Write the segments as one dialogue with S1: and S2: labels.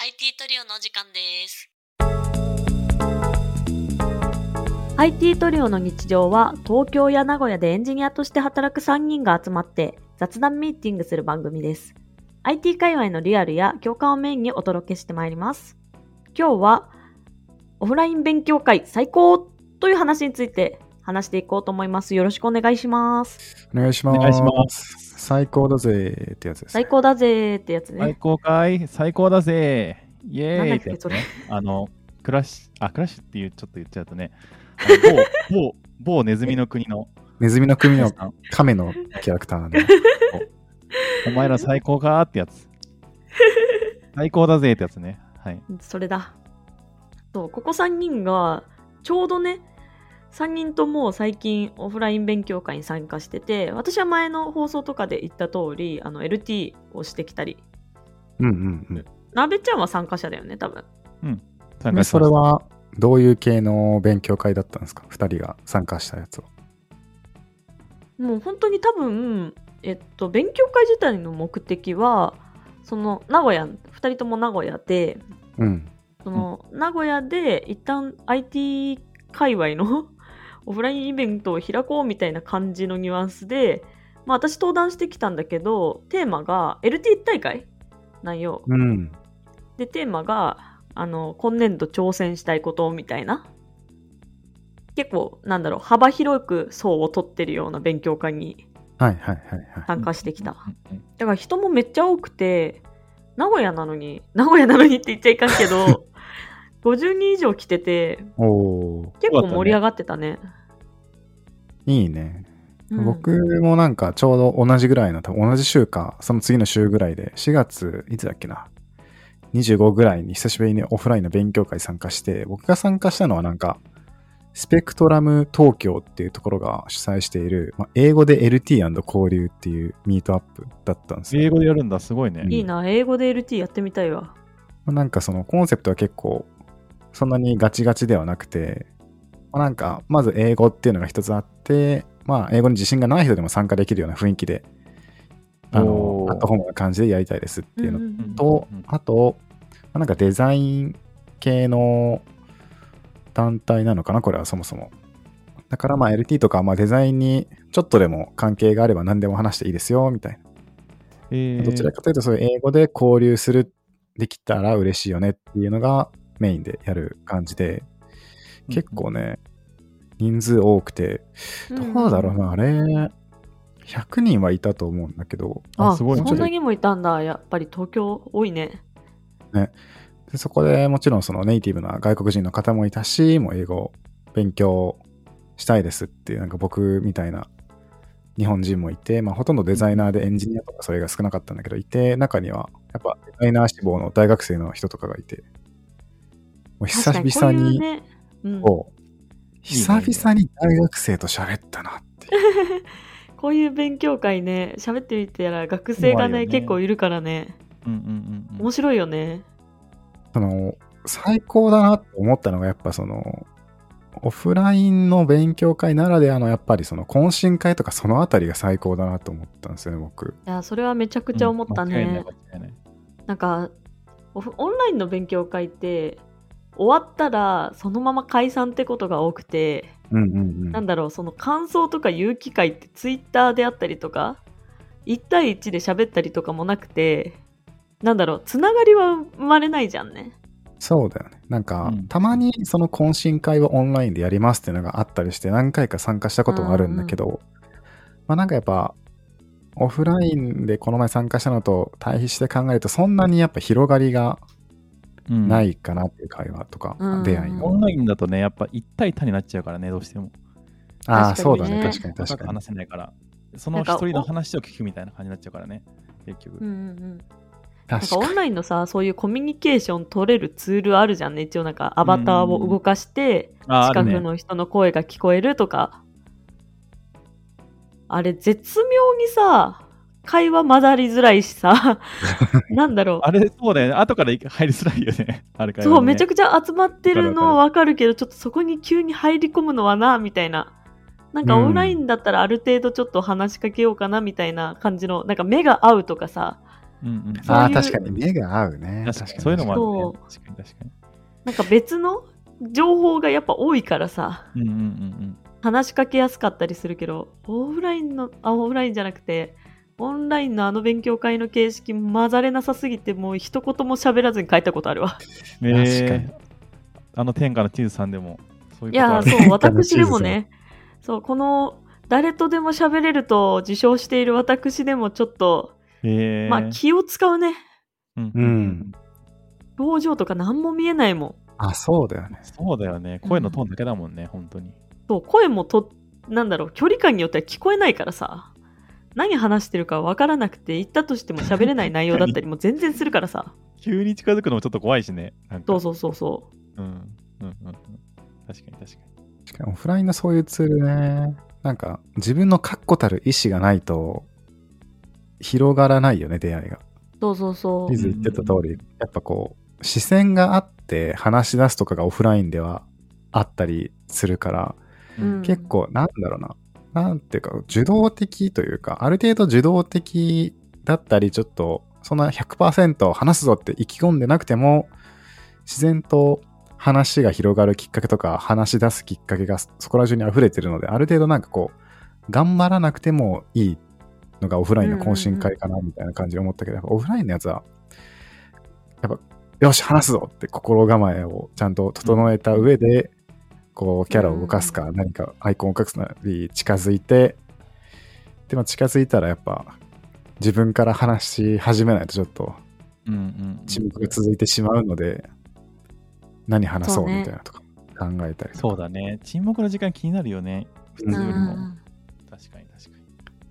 S1: IT トリオのお時間です。
S2: IT トリオの日常は東京や名古屋でエンジニアとして働く3人が集まって雑談ミーティングする番組です。IT 界隈のリアルや共感をメインにお届けしてまいります。今日はオフライン勉強会最高という話について話していこうと思います。よろしくお願いします。
S3: お願いします。
S4: お願いします
S3: 最高だぜってやつですね、
S2: 最高だぜーってやつ
S4: 最
S2: ね。
S4: 高かい最高だぜイエーイ
S2: なんだっ
S4: っ
S2: け
S4: てやつ
S2: それ
S4: ね。あの、クラッシュ、あ、クラッシュっていうちょっと言っちゃうとね、あの某某某ネズミの国の
S3: ネズミの組の
S4: さん
S3: 亀のキャラクターなんで。
S4: お前ら最高かってやつ。最高だぜってやつね。はい。
S2: それだ。そう、ここ3人がちょうどね、3人とも最近オフライン勉強会に参加してて、私は前の放送とかで言った通り、あの LT をしてきたり、
S3: うんうん
S2: なべちゃんは参加者だよね、多分。
S3: う
S4: 参
S3: ん。
S4: 加
S3: で
S4: しました
S3: それはどういう系の勉強会だったんですか ?2 人が参加したやつを。
S2: もう本当に多分、えっと、勉強会自体の目的は、その名古屋、2人とも名古屋で、
S3: うん。
S2: その名古屋で一旦 IT 界隈の オフラインイベントを開こうみたいな感じのニュアンスで、まあ、私登壇してきたんだけどテーマが LT 大会なんよ
S3: うん。
S2: でテーマがあの今年度挑戦したいことみたいな結構なんだろう幅広く層を取ってるような勉強会に
S3: はいはいはいはい。
S2: 参加してきた
S4: うんうん
S2: だから人もめっちゃ多くて名古屋なのに名古屋なのにって言っちゃいかんけど50人以上来てて
S3: おお
S2: 結構盛り上がってたね。
S3: ーいいね。
S2: うん
S3: 僕もなんかちょうど同じぐらいの、多分同じ週か、その次の週ぐらいで、4月、いつだっけな。25ぐらいに久しぶりにオフラインの勉強会参加して、僕が参加したのはなんか、スペクトラム東京っていうところが主催している、まあ、英語で LT& 交流っていうミートアップだったんですよ。
S4: 英語でやるんだ、すごいね。
S2: いいな、英語で LT やってみたいわ。
S3: まあなんかそのコンセプトは結構そんなにガチガチではなくて、まあなんかまず英語っていうのが一つあって、まあ英語に自信がない人でも参加できるような雰囲気で、あの
S4: お、ー
S3: アットホームな感じでやりたいですっていうの
S2: うんうん
S3: と
S4: うん、
S3: あと、まあなんかデザイン系の団体なのかな、これはそもそも。だからまあ LT とかまあデザインにちょっとでも関係があれば何でも話していいですよみたいな。
S4: えー
S3: どちらかというと、そういう英語で交流する、できたら嬉しいよねっていうのがメインでやる感じで、結構ね、人数多くて、どうだろうな、あれ、100人はいたと思うんだけど、
S2: あ、
S4: あすごい
S2: そんなにもいたんだ。やっぱり東京多いね。
S3: でそこでもちろんそのネイティブな外国人の方もいたし、もう英語を勉強したいですっていう、なんか僕みたいな日本人もいて、まあほとんどデザイナーでエンジニアとかそれが少なかったんだけど、いて、中にはやっぱデザイナー志望の大学生の人とかがいて、もう久
S2: 確か
S3: 々
S2: こうい
S3: に
S2: う、ねうん、
S3: こう久々に大学生と喋ったなっていう。
S2: こういう勉強会ね、喋ってみたら学生が
S4: うまい
S2: ね、
S4: よね
S2: 結構いるからね、
S4: うんうんうんうん
S2: 面白いよね。
S3: その最高だなと思ったのがやっぱそのオフラインの勉強会ならではのやっぱりその懇親会とかそのあたりが最高だなと思ったんですよね僕
S2: いや、それはめちゃくちゃ思った
S4: うん間違いな
S2: ね
S4: い。間違いない
S2: なんかオフ、オンラインの勉強会って、終わったらそのまま解散ってことが多くて、
S3: うんうんう
S2: なん
S3: ん
S2: だろう、その感想とか言う機会ってツイッターであったりとか、1対1で喋ったりとかもなくて、なんだろう、つながりは生まれないじゃんね。
S3: そうだよねなんか、
S4: うん
S3: たまにその懇親会はオンラインでやりますっていうのがあったりして何回か参加したことはあるんだけど、まあなんかやっぱオフラインでこの前参加したのと対比して考えるとそんなにやっぱ広がりが
S4: うん
S3: ないかなっていう会話とか、
S2: うん
S3: 出会いの、
S4: オンラインだとね、やっぱ一対多になっちゃうからね、どうしても。
S3: ああ
S2: 確か
S3: そ
S2: に
S3: う
S2: ね
S3: だね確かに
S4: 深
S3: 確
S4: く
S3: かに
S4: 話せないから、その一人の話を聞くみたいな感じになっちゃうからね、結局。
S2: うんうんうん。なん
S3: 確
S2: か
S3: か
S2: オ
S3: に
S2: ンラインのさ、そういうコミュニケーション取れるツールあるじゃんね。一応なんかアバターを動かして、
S4: ああ
S2: 近
S4: るね
S2: くの人の声が聞こえるとか。あれ、絶妙にさ、会話混ざりづらいしさ、なんだろう。
S4: あれ、そうだよね。後から入りづらいよね。 あれから、ね。
S2: そう、めちゃ
S4: く
S2: くちゃ集まってるのは
S4: わ
S2: わかるけど、ちょっとそこに急に入り込むのはな、みたいな。なんか
S3: うん
S2: オンラインだったらある程度ちょっと話しかけようかな、みたいな感じの、なんか目が合うとかさ、
S4: うんうん。
S2: そういう
S3: ああ、確かに目が合うね。
S4: 確かに。そういうのもあるね。確かに確か
S2: なんか別の情報がやっぱ多いからさ
S4: に。うんうんうん
S2: 話しかけやすかったりするけどオフラインのあオフラインじゃなくてオンラインのあの勉強会の形式混ざれなさすぎてもう一言も喋らずに帰ったことあるわ
S4: うん。
S3: 確かに
S4: えーあの天下のチーズさんでも、そういう
S2: い
S4: ことあ
S2: や
S4: る。
S2: そう私でもねそうこの誰とでも喋れると自称している私でもちょっと、
S4: えー
S2: まあ気を使うね
S4: うん
S3: うん
S2: 表情とか何も見えないもん
S3: あ、そうだよね。
S4: そうだよね。声のトーンだけだもんね、本当に。
S2: そう声もとなんだろう距離感によっては聞こえないからさ何話してるか分からなくて言ったとしても喋れない内容だったりも全然するからさ
S4: 急に近づくのもちょっと怖いしね。なんか
S2: そうそうそうそう
S4: うん。うんうんうん。確かに確か
S3: 確かにオフラインのそういうツールね。なんか、自分の確固たる意思がないと、広がらないよね、出会いが。
S2: そうそうそう
S3: リズ言ってた通り、やっぱこう、視線があって話し出すとかがオフラインではあったりするから、
S4: に。
S2: うん
S3: 結構、なんだろうな。なんていうか、受動的というか、ある程度受動的だったり、ちょっと、そんな100%話すぞって意気込んでなくても、自然と話が広がるきっかけとか、話し出すきっかけがそそこら中に溢れてるので、ある程度なんかこう、頑張らなくてもいいのがオフラインの懇親会かな、みたいな感じで思ったけど、やっぱオフラインのやつは、やっぱ、よし、話すぞって心構えをちゃんと整えた上で、こうキャラを動かすか、何かアイコンを動かすなり近づいてでも近づいたらやっぱ自分から話し始めないとちょっと
S4: うんうんうん。
S3: 沈黙が続いてしまうので、何話そ
S2: そ
S3: う
S2: うね
S3: みたいなとか考えたりとか
S4: そうだね。沈黙の時間気になるよね。普通よりも。確かに確かに。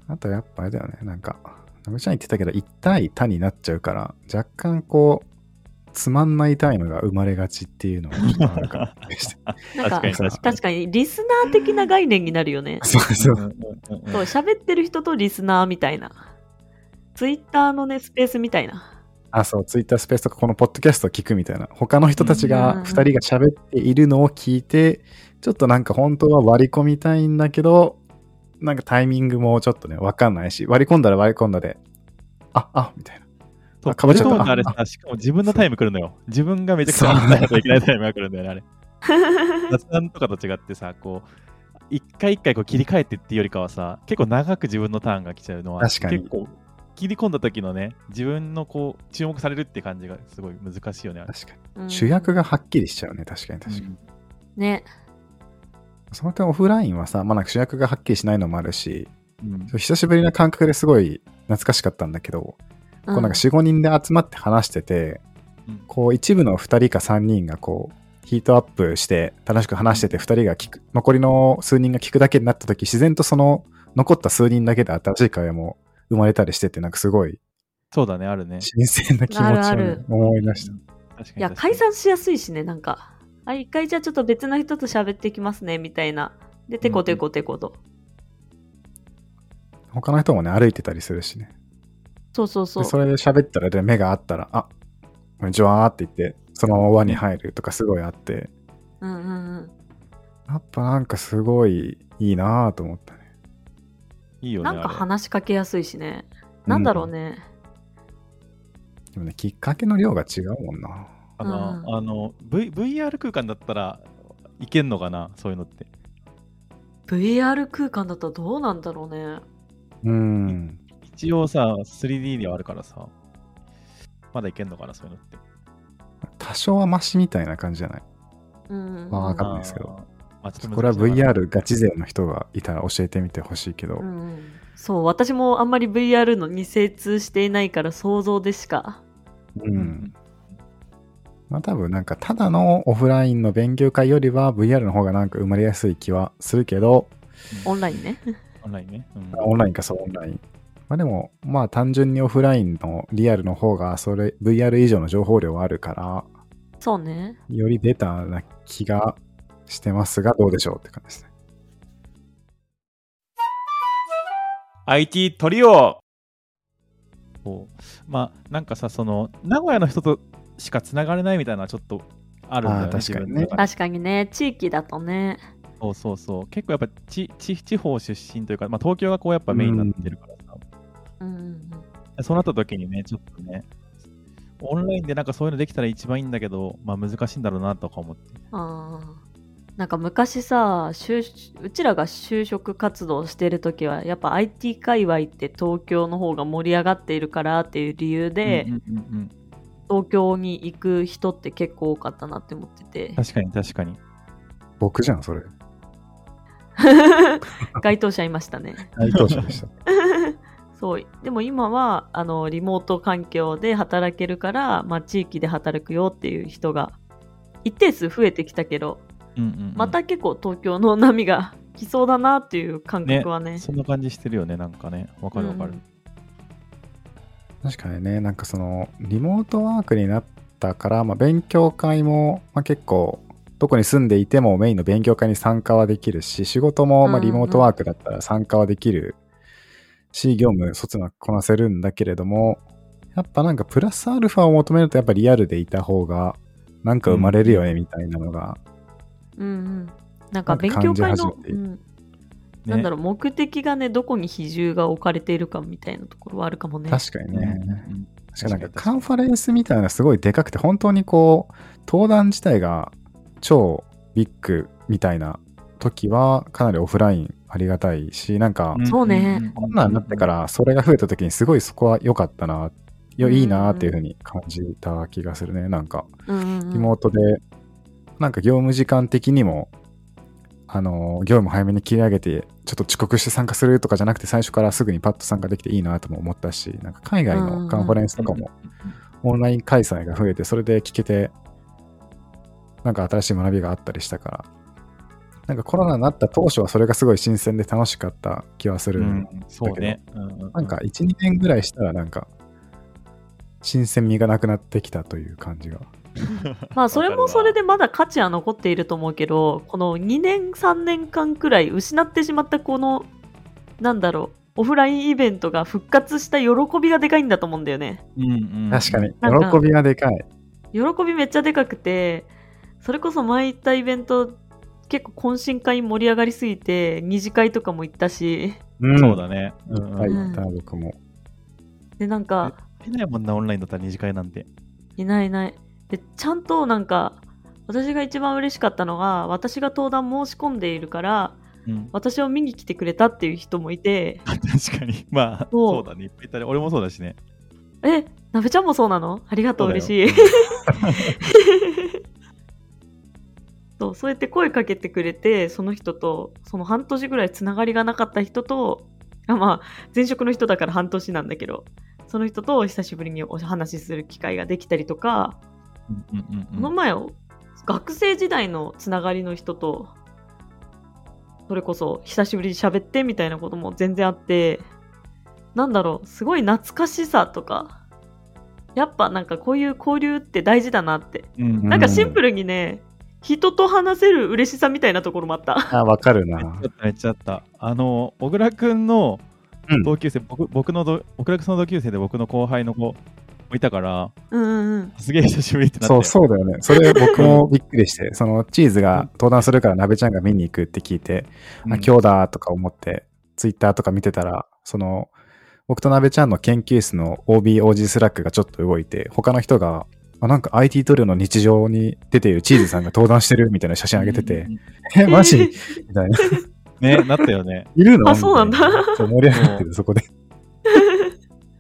S3: あとやっぱあれだよねなんかナムちゃん言ってたけど1対他になっちゃうから若干こうつまんないタイムが生まれがちっていうのもちょっとあるかもし れない
S2: なんか
S4: 確かに確かに。
S2: 確かにリスナー的な概念になるよね
S3: そうそう
S4: うんうんうん
S2: そう喋ってる人とリスナーみたいなツイッターのねスペースみたいな
S3: あ、そう、ツイッタースペースとか、このポッドキャストを聞くみたいな。他の人たち
S2: うん
S3: が、二人が喋っているのを聞いて、ちょっとなんか本当は割り込みたいんだけど、なんかタイミングもちょっとね、わかんないし、割り込んだら割り込んだで、あ、あ、みたいな。
S4: そう、
S3: あかぼちゃ
S4: ト
S3: と
S4: ーンのあれさ、しかも自分のタイム来るのよ。自分がめちゃくちゃ話さないといけないタイムが来るんだよ ね、あれ。雑談とかと違ってさ、こう、一回一回こう切り替えてっていうよりかはさ、結構長く自分のターンが来ちゃうのは、
S3: 確かに
S4: 結構切り込んだ時のね、自分のこう、注目されるって感じがすごい難しいよね、あれ。
S3: 確かに。
S2: うん
S3: 主役がはっきりしちゃうね、確かに確かに。
S2: ね
S3: その点オフラインはさ、まあなんか主役がはっきりしないのもあるし、
S4: うん
S3: 久しぶりな感覚ですごい懐かしかったんだけど、
S2: こ
S3: こうなんか4、5人で集まって話してて、
S4: うん
S3: こう一部の2人か3人がこうヒートアップして楽しく話してて2人が聞く残りの数人が聞くだけになった時自然とその残った数人だけで新しい会話も生まれたりしててなんかすごい
S4: そうだね、あるね。
S3: 新鮮な気持ち
S2: あ
S3: を
S2: るあ
S3: ね
S2: る
S3: 思い出した。
S4: 確か
S2: い
S4: に
S2: や
S4: 確か
S2: 解
S4: に
S2: 散しやすいしねなんかあ一回じゃあちょっと別の人と喋ってきますねみたいなでてこてこてこと、
S3: 他の人もね歩いてたりするしね。
S2: そうそうそ
S3: で
S2: う
S3: それで喋ったらで目が合ったら「あこんにちは」って言ってそのまま輪に入るとかすごいあって
S2: うんうんうん
S3: やっぱなんかすごいいいなぁと思ったね。
S4: いいよね。
S2: なんか
S4: あれ
S2: 話しかけやすいしねなんだろうね、
S3: でもねきっかけの量が違うもんな。
S4: あの、
S2: うん
S4: あの v VR 空間だったらいけんのかな、そういうのって。
S2: VR 空間だったらどうなんだろうね
S3: うん。
S4: 一応さ、3D ではあるからさ、まだいけんのかな、そういうのって。
S3: 多少はマシみたいな感じじゃない
S2: うんうんうん、
S3: まあわかんないですけど
S4: あー。まあ、ちょっと
S3: これは
S4: 難しいな
S3: VR ガチ勢の人がいたら教えてみてほしいけど、
S2: うんうんそう私もあんまり VR のに精通していないから想像でしか
S3: うんまあ多分なんかただのオフラインの勉強会よりは VR の方がなんか生まれやすい気はするけど、
S2: オンラインね
S4: オンラインね。うん
S3: オンラインかそうオンラインまあでもまあ単純にオフラインのリアルの方がそれ VR 以上の情報量はあるから
S2: そうね
S3: よりベターな気がしてますがどうでしょうって感じですね
S4: IT トリオそうまあ、なんかさ、その、名古屋の人としかつながれないみたいなのはちょっとあるんだよね。
S3: あー確かにね
S4: 自分の中で
S2: 確かにね地域だとね
S4: そうそうそう。結構やっぱ地地地方出身というか、まあ、東京がこうやっぱメインになってるからさ、
S2: うんうんうん
S4: そうなった時にね、ちょっとね、オンラインでなんかそういうのできたら一番いいんだけど、まあ難しいんだろうなとか思って。
S2: あーなんか昔さ就うちらが就職活動してる時はやっぱ IT 界隈って東京の方が盛り上がっているからっていう理由で、
S4: うんうんうんうん
S2: 東京に行く人って結構多かったなって思って て
S4: 確かに確かに。
S3: 僕じゃん、それ。
S2: 該当者いましたね
S3: 回答者でした。
S2: そうでも今はあのリモート環境で働けるから、まあ、地域で働くよっていう人が一定数増えてきたけど
S4: うんうんうん
S2: また結構東京の波が来そうだなっていう感覚はね
S4: そんな感じしてるよね、なんかね。わかるわかる。
S2: うん
S3: 確かにね、なんかその、リモートワークになったから、まあ、勉強会も、まあ、結構、どこに住んでいてもメインの勉強会に参加はできるし、仕事も、
S2: うん
S3: まあ、
S2: うん
S3: リモートワークだったら参加はできるし、業務、そつなくこなせるんだけれども、やっぱなんかプラスアルファを求めると、やっぱリアルでいた方が、なんか生まれるよね、みたいなのが、
S2: うんうん、なんか
S3: なんか
S2: 勉強会
S3: 感
S2: の
S3: じ始め、ている
S2: うん
S4: ね
S2: なんだろう目的がねどこに比重が置かれているかみたいなところはあるかもね。
S3: 確かにね。
S4: うん
S3: 確かになん
S4: 確かに
S3: か
S4: 確かに
S3: カンファレンスみたいなすごいでかくて本当にこう登壇自体が超ビッグみたいな時はかなりオフラインありがたいしなんか
S4: ん
S2: そうね
S4: ん
S3: こんなんなってからそれが増えた時にすごいそこは良かったなよいいなっていう風に感じた気がするねなんか
S2: うんうんうん
S3: 妹でなんか業務時間的にもあの業務早めに切り上げてちょっと遅刻して参加するとかじゃなくて最初からすぐにパッと参加できていいなとも思ったしなんか海外のカンファレンスとかもオンライン開催が増えて、それで聞けて、なんか新しい学びがあったりしたから、なんかコロナになった当初はそれがすごい新鮮で楽しかった気はす
S4: う
S3: る。
S4: んそうね。うんうう
S3: なんか1、2年ぐらいしたらなんか、新鮮味がなくなってきたという感じが。
S2: まあそれもそれでまだ価値は残っていると思うけどこの2年3年間くらい失ってしまったこのなんだろうオフラインイベントが復活した喜びがでかいんだと思うんだよね。
S4: うんうん
S3: 確かに、
S2: なんか
S3: 喜びがでかい。
S2: 喜びめっちゃでかくてそれこそ前行ったイベント結構懇親会盛り上がりすぎて二次会とかも行ったし
S3: うん
S4: そうだね。う
S3: いっ
S4: んうん
S3: ぱいいた、僕も。
S2: でなんか
S4: いないもんな、オンラインだったら二次会なんて。
S2: いないいない。で、ちゃんとなんか、私が一番嬉しかったのが、私が登壇申し込んでいるから、
S4: うん
S2: 私を見に来てくれたっていう人もいて、
S4: 確かに。まあ、
S2: そう
S4: そうだね。いっぱいいたね。俺もそうだしね。
S2: え、なべちゃんもそうなのありがとう、
S4: そうだよ
S2: 嬉しい。 そう、そうやって声かけてくれて、その人と、その半年ぐらいつながりがなかった人と、あまあ、前職の人だから半年なんだけど、その人と久しぶりにお話しする機会ができたりとか、
S4: うんうん
S2: この前、学生時代のつながりの人と、それこそ久しぶりに喋ってみたいなことも全然あって、なんだろう、すごい懐かしさとか、やっぱなんかこういう交流って大事だなって。
S4: うんうん。
S2: なんかシンプルにね、人と話せる嬉しさみたいなところもあった。
S3: あ、わかるな。
S4: めっちゃあった、めっちゃあった。あの、小倉くんの
S3: うん
S4: 同級生、僕僕のど、小倉くんの同級生で僕の後輩の子もいたから、
S2: うんうんうん。
S4: すげえ久しぶりってなって。
S3: そう、そうだよね。それ僕もびっくりして、 そのチーズが登壇するからなべちゃんが見に行くって聞いて、
S4: うん。
S3: あ今日だとか思って、ツイッターとか見てたら、その、僕となべちゃんの研究室の OBOG スラックがちょっと動いて、他の人が、あなんか IT トリオの日常に出ているチーズさんが登壇してるみたいな写真上げてて
S4: う、ん。
S3: え、マジみたいな。
S4: ね、なったよね。
S3: いる の
S2: あそうなんだ
S3: みたい そう盛り上がってる、そこで。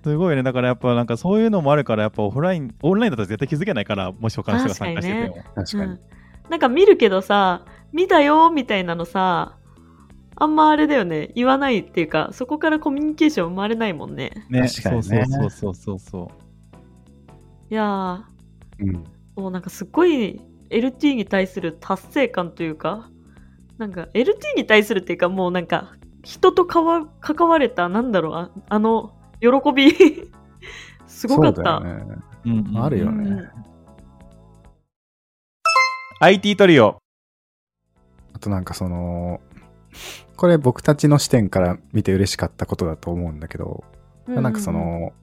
S4: すごいね。だからやっぱなんかそういうのもあるから、やっぱオフライン、オンラインだったら絶対気づけないから、もし他の人が参加してても。
S3: 確かに。
S2: うん、なんか見るけどさ見たよみたいなのさあんまあれだよね言わないっていうかそこからコミュニケーション生まれないもんね
S4: ね、
S3: 確かにね
S4: そうそうそうそうそう。
S2: いや
S3: うん。
S2: ーもうなんかすっごい LT に対する達成感というかなんか LT に対するっていうかもうなんか人とかわ関われたなんだろうああの喜び すごかっ
S3: そう
S2: た、
S3: だよね。
S4: うんうん
S3: あるよ
S2: う
S3: ね。
S2: ん
S4: IT トリオ。
S3: あとなんかその、これ僕たちの視点から見て嬉しかったことだと思うんだけど、
S2: う
S3: なんかその、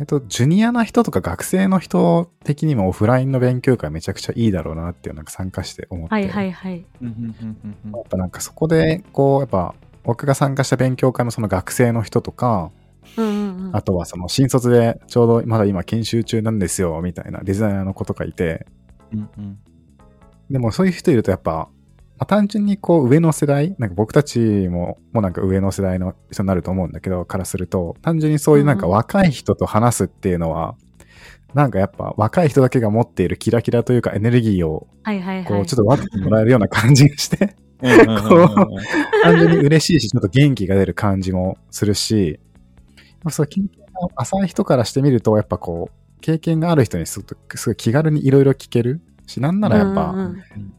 S3: えっと、ジュニアな人とか学生の人的にもオフラインの勉強会めちゃくちゃいいだろうなっていうなんか参加して思って。
S2: はいはいはい
S4: うんうんうんうん
S3: やっぱなんかそこで、こう、やっぱ僕が参加した勉強会もその学生の人とか、
S2: うんうんうん
S3: あとはその新卒でちょうどまだ今研修中なんですよみたいなデザイナーの子とかいて、
S4: うんうん
S3: でもそういう人いるとやっぱ、まあ、単純にこう上の世代、なんか僕たちももうなんか上の世代の人になると思うんだけど、からすると、単純にそういうなんか
S2: うん
S3: 若い人と話すっていうのは、なんかやっぱ若い人だけが持っているキラキラというかエネルギーを
S2: はいはいは
S3: こ
S2: いう
S3: ちょっと分けてもらえるような感じ がして、
S4: うんうんうんうんうん
S3: 単純に嬉しいし、ちょっと元気が出る感じもするし、そう、経験が浅い人からしてみると、やっぱこう、経験がある人にすごくすごい気軽にいろいろ聞けるし、なんならやっぱ、
S2: うんうん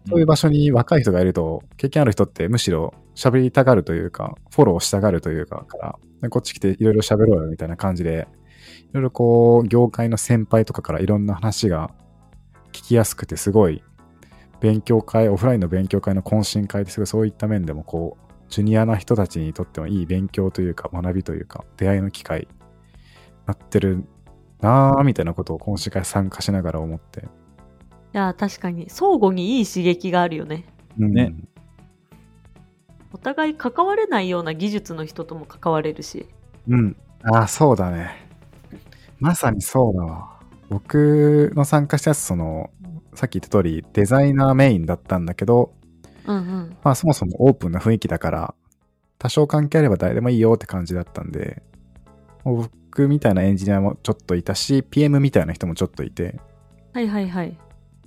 S3: そういう場所に若い人がいると、経験ある人ってむしろ喋りたがるというか、フォローしたがるというか、からこっち来ていろいろ喋ろうよみたいな感じで、いろいろこう、業界の先輩とかからいろんな話が聞きやすくて、すごい、勉強会、オフラインの勉強会の懇親会ってすごいそういった面でもこう、ジュニアな人たちにとってもいい勉強というか、学びというか、出会いの機会になってるなぁ、みたいなことを懇親会参加しながら思って。
S2: いや確かに相互にいい刺激があるよね
S3: うん
S4: ね
S2: お互い関われないような技術の人とも関われるし
S3: うん。ああ、そうだね。まさにそうだわ。僕の参加したやつ、その、さっき言った通り、デザイナーメインだったんだけど、
S2: うんうん
S3: まあそもそもオープンな雰囲気だから、多少関係あれば誰でもいいよって感じだったんで、もう僕みたいなエンジニアもちょっといたし、PM みたいな人もちょっといて、
S2: はいはいはい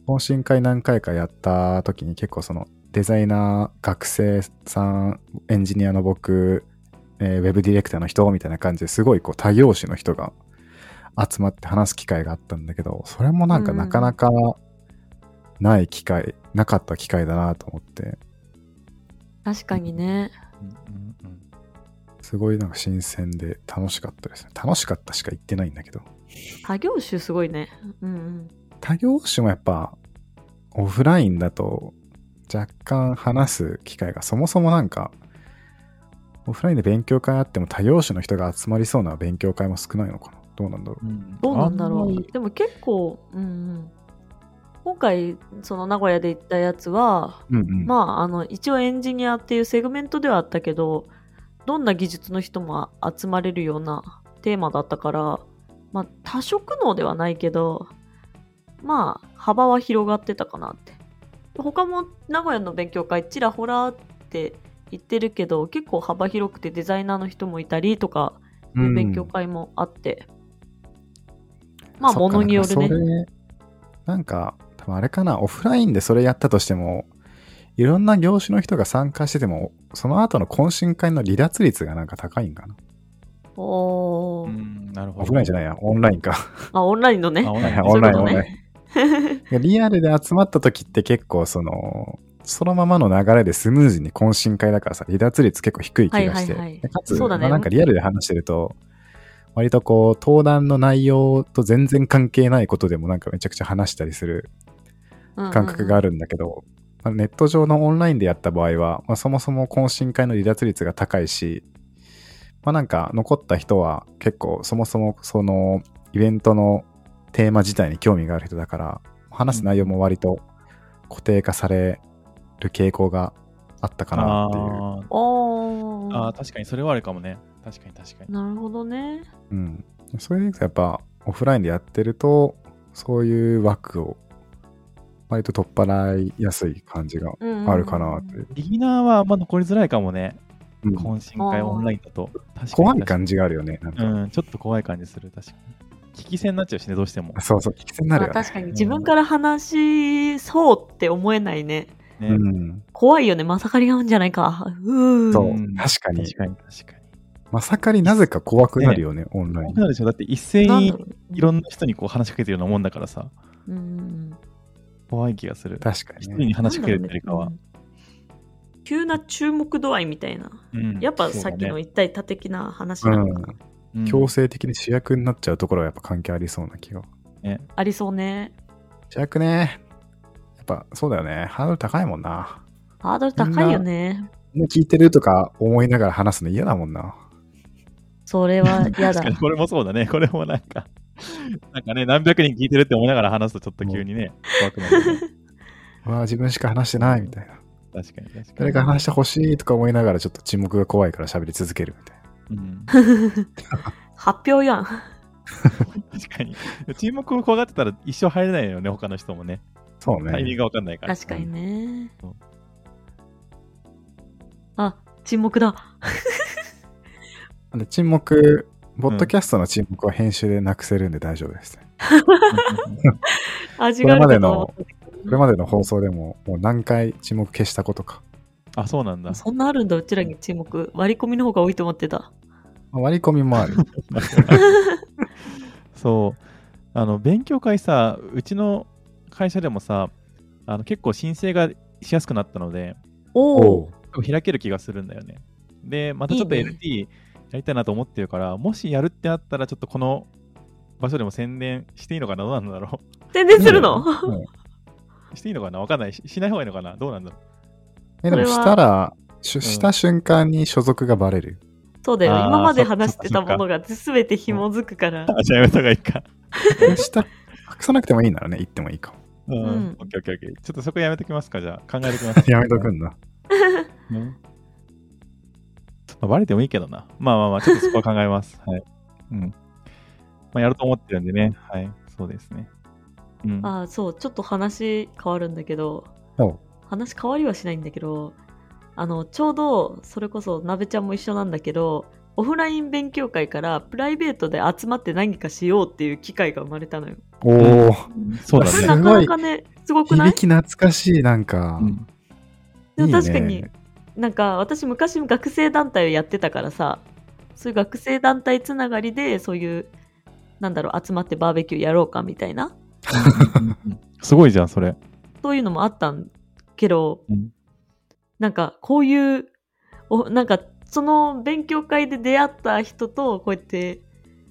S3: 懇親会何回かやった時に結構そのデザイナー学生さんエンジニアの僕、えーウェブディレクターの人みたいな感じですごいこう多業種の人が集まって話す機会があったんだけどそれもなんか
S2: うん
S3: なかなかない機会、なかった機会だなと思って
S2: 確かにね
S4: うんうんうん
S3: すごいなんか新鮮で楽しかったですね楽しかったしか言ってないんだけど
S2: 多業種すごいねうんうん
S3: 多業種もやっぱオフラインだと若干話す機会がそもそもなんかオフラインで勉強会あっても多業種の人が集まりそうな勉強会も少ないのかなどうなんだろ
S4: うん
S2: どうなんだろ
S4: あ
S2: うん
S4: まり
S2: でも結構うんうん今回その名古屋で行ったやつは
S3: う、うんうん
S2: まああの一応エンジニアっていうセグメントではあったけどどんな技術の人も集まれるようなテーマだったからまあ多職能ではないけどまあ幅は広がってたかなって他も名古屋の勉強会ちらほらって言ってるけど結構幅広くてデザイナーの人もいたりとか
S3: うん
S2: 勉強会もあって、まあ
S3: そっか
S2: 物による
S3: な
S2: ね
S3: んかそれなんか多分あれかなオフラインでそれやったとしてもいろんな業種の人が参加しててもその後の懇親会の離脱率がなんか高いんかな
S2: おー、
S4: うんなるほど
S3: オフラインじゃないやオンラインか
S2: あオンライン のね
S4: あオンライン
S3: オンライン
S2: そういうこと
S3: オン
S2: ね
S3: ラインいやリアルで集まった時って結構その、そのままの流れでスムーズに懇親会だからさ、離脱率結構低い気がして。
S2: はいはいはい
S3: でかつ、
S2: そうだね
S3: まあなんかリアルで話してると、割とこう、登壇の内容と全然関係ないことでもなんかめちゃくちゃ話したりする感覚があ
S2: る、
S3: るんだけど、まあネット上のオンラインでやった場合は、まあ、そもそも懇親会の離脱率が高いし、まあなんか残った人は結構そもそもそのイベントのテーマ自体に興味がある人だから、話す内容も割と固定化される傾向があったかなっていう。
S4: あー
S2: お
S4: あー
S2: ー
S4: 確かにそれはあるかもね確かに確かに
S2: なるほどね
S3: うん。それでいくとやっぱオフラインでやってると、そういう枠を割と取っ払いやすい感じがあるかなっていう。
S4: ビギナーはあんま残りづらいかもね
S3: うん
S4: 懇親会
S2: あー
S4: オンラインだと確かに
S3: 怖い感じがあるよね。なん
S4: 確か
S3: か
S4: にうんちょっと怖い感じする確かに聞き戦になっちゃうしねどうしても
S3: そうそう、聞き手になるよ
S2: あ
S3: ね。
S2: 確かに自分から話しそうって思えないね
S4: ね
S3: うん、
S2: 怖いよねまさかりが合うんじゃないかうー
S3: そう、
S4: うん
S3: 確かに
S4: 確。かに確かに
S3: まさかりなぜか怖くなるよね、オンライ
S4: 怖
S3: ン
S4: く。なるでしょだって一斉
S2: なんだ
S4: に
S2: ろ
S4: いろんな人にこう話しかけてるようなもんだからさ
S2: ううん
S4: 怖い気がする
S3: 確か
S4: 一
S3: に
S4: 人
S3: ね。
S4: に話しかけるっていうよりかは
S2: なんだろうねうん急な注目度合いみたいな
S4: うん
S2: やっぱさっきの一体多的な話なのかな、
S4: うん
S3: 強制的に主役になっちゃうところはやっぱ関係ありそうな気が。
S2: ありそうね
S3: 主役ね。やっぱそうだよね。ハードル高いもんな。
S2: ハードル高いよね
S3: みんな聞いてるとか思いながら話すの嫌だもんな。
S2: それは嫌だ
S4: 確かにこれもそうだねこれもなんかなんかね何百人聞いてるって思いながら話すとちょっと急にね怖くなるよね
S3: うわあ、自分しか話してないみたいな。
S4: 確かに確か
S3: 誰
S4: に
S3: か話してほしいとか思いながらちょっと沈黙が怖いから喋り続けるみたいな。
S4: うん
S2: 発表やん。
S4: 確かに。沈黙を怖がってたら一生入れないよね、他の人もね。
S3: そう
S4: タイミン
S3: ね。
S4: グがわかんないから。
S2: 確かにね
S4: うん。
S2: あ、沈黙だ。
S3: で沈黙、ボッドキャストの沈黙は編集でなくせるんで大丈夫ですね。
S2: 味があるかと思ったけ
S3: これまでの放送でも、もう何回沈黙消したことか。
S4: あ、そうなんだ
S2: ど。。そんなあるんだ、うちらに沈黙。割り込みの方が多いと思ってた。
S3: まあ割り込みもある。
S4: そう。あの、勉強会さ、うちの会社でもさ、あの結構申請がしやすくなったので、
S2: おお。
S3: う
S4: 開ける気がするんだよね。で、またちょっと
S2: いいね
S4: LT やりたいなと思ってるから、もしやるってなったら、ちょっとこの場所でも宣伝していいのかなどうなんだろ
S2: 宣伝するの
S3: うん
S4: うしていいのかなわかんないし。しない方がいいのかなどうなんだろ
S3: えでも
S2: それは
S3: したら、し
S4: ん
S3: した瞬間に所属がバレる。
S2: そうだよ。
S4: あー
S2: 今まで話してたものが全て紐づくから。
S4: う。あ、じゃあやめた方がいいか。
S3: した隠さなくてもいいならね、言ってもいいかも。
S4: うんん。オッケーオッケーオッケー。ちょっとそこやめときますか、じゃあ。考えときま す。
S3: やめとくんだ。
S4: うんまあ、バレてもいいけどな。まあまあまあ、ちょっとそこは考え ます。はい。うん。まあ、やると思ってるんでね。はい。そうですね。うん。
S2: あーそう、ちょっと話変わるんだけど
S3: お、
S2: 話変わりはしないんだけど、あの、ちょうど、それこそ、なべちゃんも一緒なんだけど、オフライン勉強会からプライベートで集まって何かしようっていう機会が生まれたのよ。
S3: おー、
S4: そう
S2: こ
S4: だ
S2: れ
S4: ね。
S2: なかなかね、すごくない
S3: 響き懐かしい、なんか。
S4: うん
S2: でも
S3: いいね
S2: 確かになんか私昔学生団体をやってたからさそういう学生団体つながりでそういうなんだろう集まってバーベキューやろうかみたいな
S4: すごいじゃん、それ。
S2: そういうのもあったんけど、
S4: うん
S2: なんかこういうおなんかその勉強会で出会った人とこうやって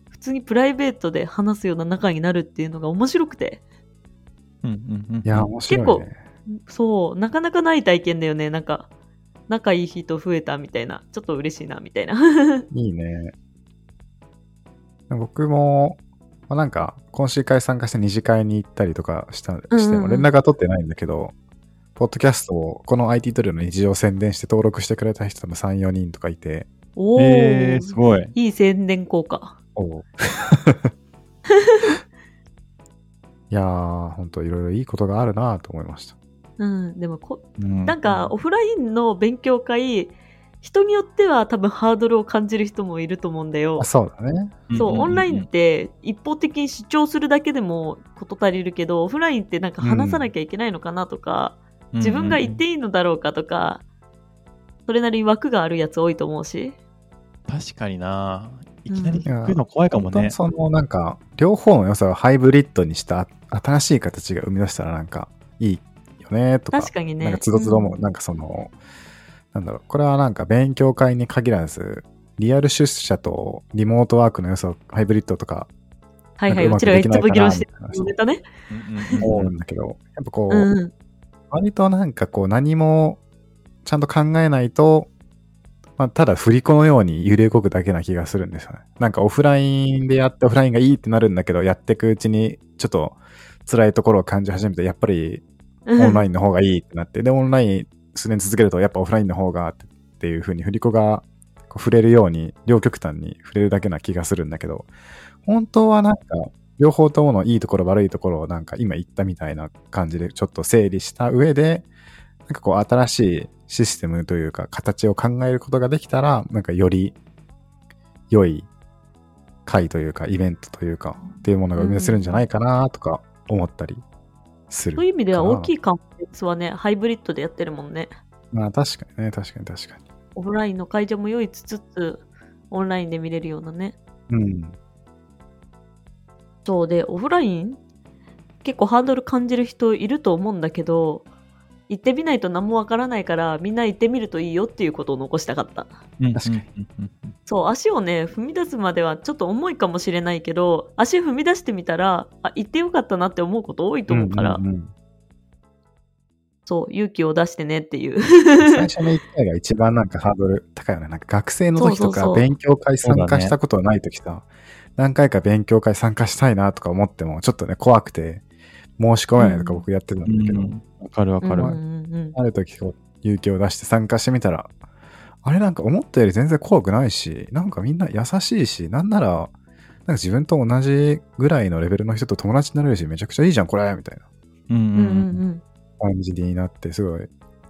S2: 普通にプライベートで話すような仲になるっていうのが面白くて
S4: うんうんうん。
S3: いや、面白い、ね。
S2: 結そうなかなかない体験だよねなんか仲いい人増えたみたいなちょっと嬉しいなみたいな
S3: いいね。僕も、まあ、なんか、今週会参加して二次会に行ったりとかしたして
S2: うんう
S3: も、
S2: ん
S3: 連絡は取ってないんだけど、ポッドキャストを、この IT トリオの日常を宣伝して登録してくれた人多分3、4人とかいて、
S2: おお、
S4: えー、すごい。
S2: いい宣伝効果。
S3: おう いやー、ほんといろいろいいことがあるなと思いました。
S2: うん、でもこ、
S4: な
S2: なんか、オフラインの勉強会、人によっては多分ハードルを感じる人もいると思うんだよ
S3: あ。そうだね。
S2: そう、オンラインっ
S4: で
S2: て一方的に主張するだけでも事足りるけど、オフラインってなんか話さなきゃいけないのかなとか、自分が言っていいのだろうかとか、それなりに枠があるやつ多いと思うし。
S4: 確かにないきなり
S2: うん
S4: 聞くの怖いかも
S3: 本当
S4: ね
S3: に。その、なんか、両方の良さをハイブリッドにした新しい形が生み出したらなんか、いいよねとか。
S2: 確かにね。
S3: なんかつどつども、
S2: うん
S3: なんかその、なんだろう、これはなんか勉強会に限らず、リアル出社とリモートワークの良さをハイブリッドとか、
S2: はいは、
S3: ない
S2: う
S3: んかうまく
S2: ちらが
S3: で
S2: い
S3: き
S2: つ
S3: ない
S2: も
S3: か
S2: 議
S3: な
S2: 論
S3: み
S2: したて
S3: い
S2: る
S3: な話
S2: ネタね。
S3: 思うんだけど、やっぱこう、
S2: うん。
S3: 割となんかこう何もちゃんと考えないと、まあ、ただ振り子のように揺れ動くだけな気がするんですよね。なんかオフラインでやってオフラインがいいってなるんだけど、やっていくうちにちょっと辛いところを感じ始めて、やっぱりオンラインの方がいいってなって、で、オンライン数年続けると、やっぱオフラインの方がってっていう風に振り子がこう触れるように、両極端に触れるだけな気がするんだけど、本当はなんか、両方とものいいところ悪いところをなんか今言ったみたいな感じでちょっと整理した上で、なんかこう新しいシステムというか形を考えることができたら、なんかより良い会というかイベントというかっていうものが生み出せるんじゃないかなとか思ったりする
S2: そういう意味では
S3: かな
S2: 大きい関節はね、ハイブリッドでやってるもんね。
S3: まあ確かにね、確かに確かに。
S2: オフラインの会場も用意しつつ、オンラインで見れるようなね。
S3: うん。
S2: そうで、オフライン結構ハードル感じる人いると思うんだけど、行ってみないと何もわからないから、みんな行ってみるといいよっていうことを残したかった。
S3: 確か
S4: に。
S2: そう、足をね、踏み出すまではちょっと重いかもしれないけど、足踏み出してみたら、あ、行ってよかったなって思うこと多いと思うから、
S3: んん
S2: そう、勇気を出してねっていう。
S3: うん最初の1回が一番なんかハードル高いよね。なんか学生の時と
S2: そう
S3: か
S2: そうそう
S3: 勉強会参
S4: そうだ
S3: 加
S4: ね
S3: したことない時さ、何回か勉強会参加したいなとか思っても、ちょっとね、怖くて申し込めないとか僕やってたんだけど、
S4: わかるわかる
S2: うん。うんうん
S3: ある時こう勇気を出して参加してみたら、あれなんか思ったより全然怖くないし、なんかみんな優しいし、なんなら、なんか自分と同じぐらいのレベルの人と友達になれるし、めちゃくちゃいいじゃん、これみたいな
S4: うん
S2: う
S4: うん
S2: うん
S4: うん
S2: ん
S3: 感じになって、すごい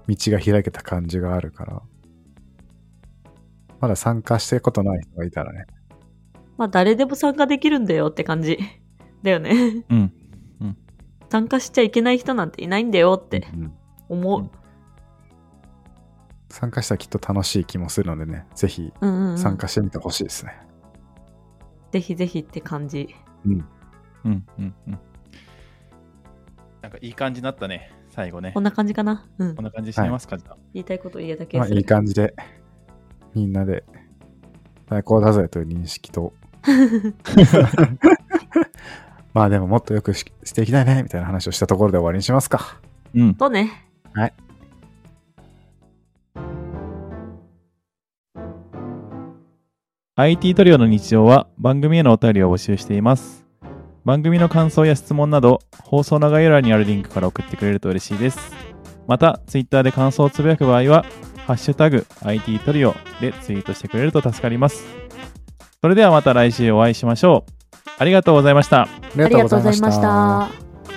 S3: 道が開けた感じがあるから。まだ参加してることない人がいたらね。
S2: まあ誰でも参加できるんだよって感じだよね
S4: うん
S2: 参加しちゃいけない人なんていないんだよって
S3: うん
S2: 思
S4: うん
S2: う、
S3: 参加したらきっと楽しい気もするのでね、ぜひ
S2: うんうんうん、
S3: 参加してみてほしいですね。
S2: ぜひぜひって感じ
S4: うんうんうんなんかいい感じになったね、最後ね
S2: こん。な感じかなうん
S4: こんな感じしてますか、じゃあ
S2: 言いたいこと言えた気
S3: ま
S2: が
S3: あ
S2: す
S3: い
S2: る
S3: い感じで、みんなで最高だぜという認識 と、まあでももっとよくししていきたいねみたいな話をしたところで終わりにしますか。
S4: うん。
S2: とね
S4: 「IT トリオの日常」は番組へのお便りを募集しています番組の感想や質問など放送の概要欄にあるリンクから送ってくれると嬉しいですまた Twitter で感想をつぶやく場合は「ハッシュタグ #IT トリオ」でツイートしてくれると助かりますそれではまた来週お会いしましょうありがとうございました
S3: ありがとうございました。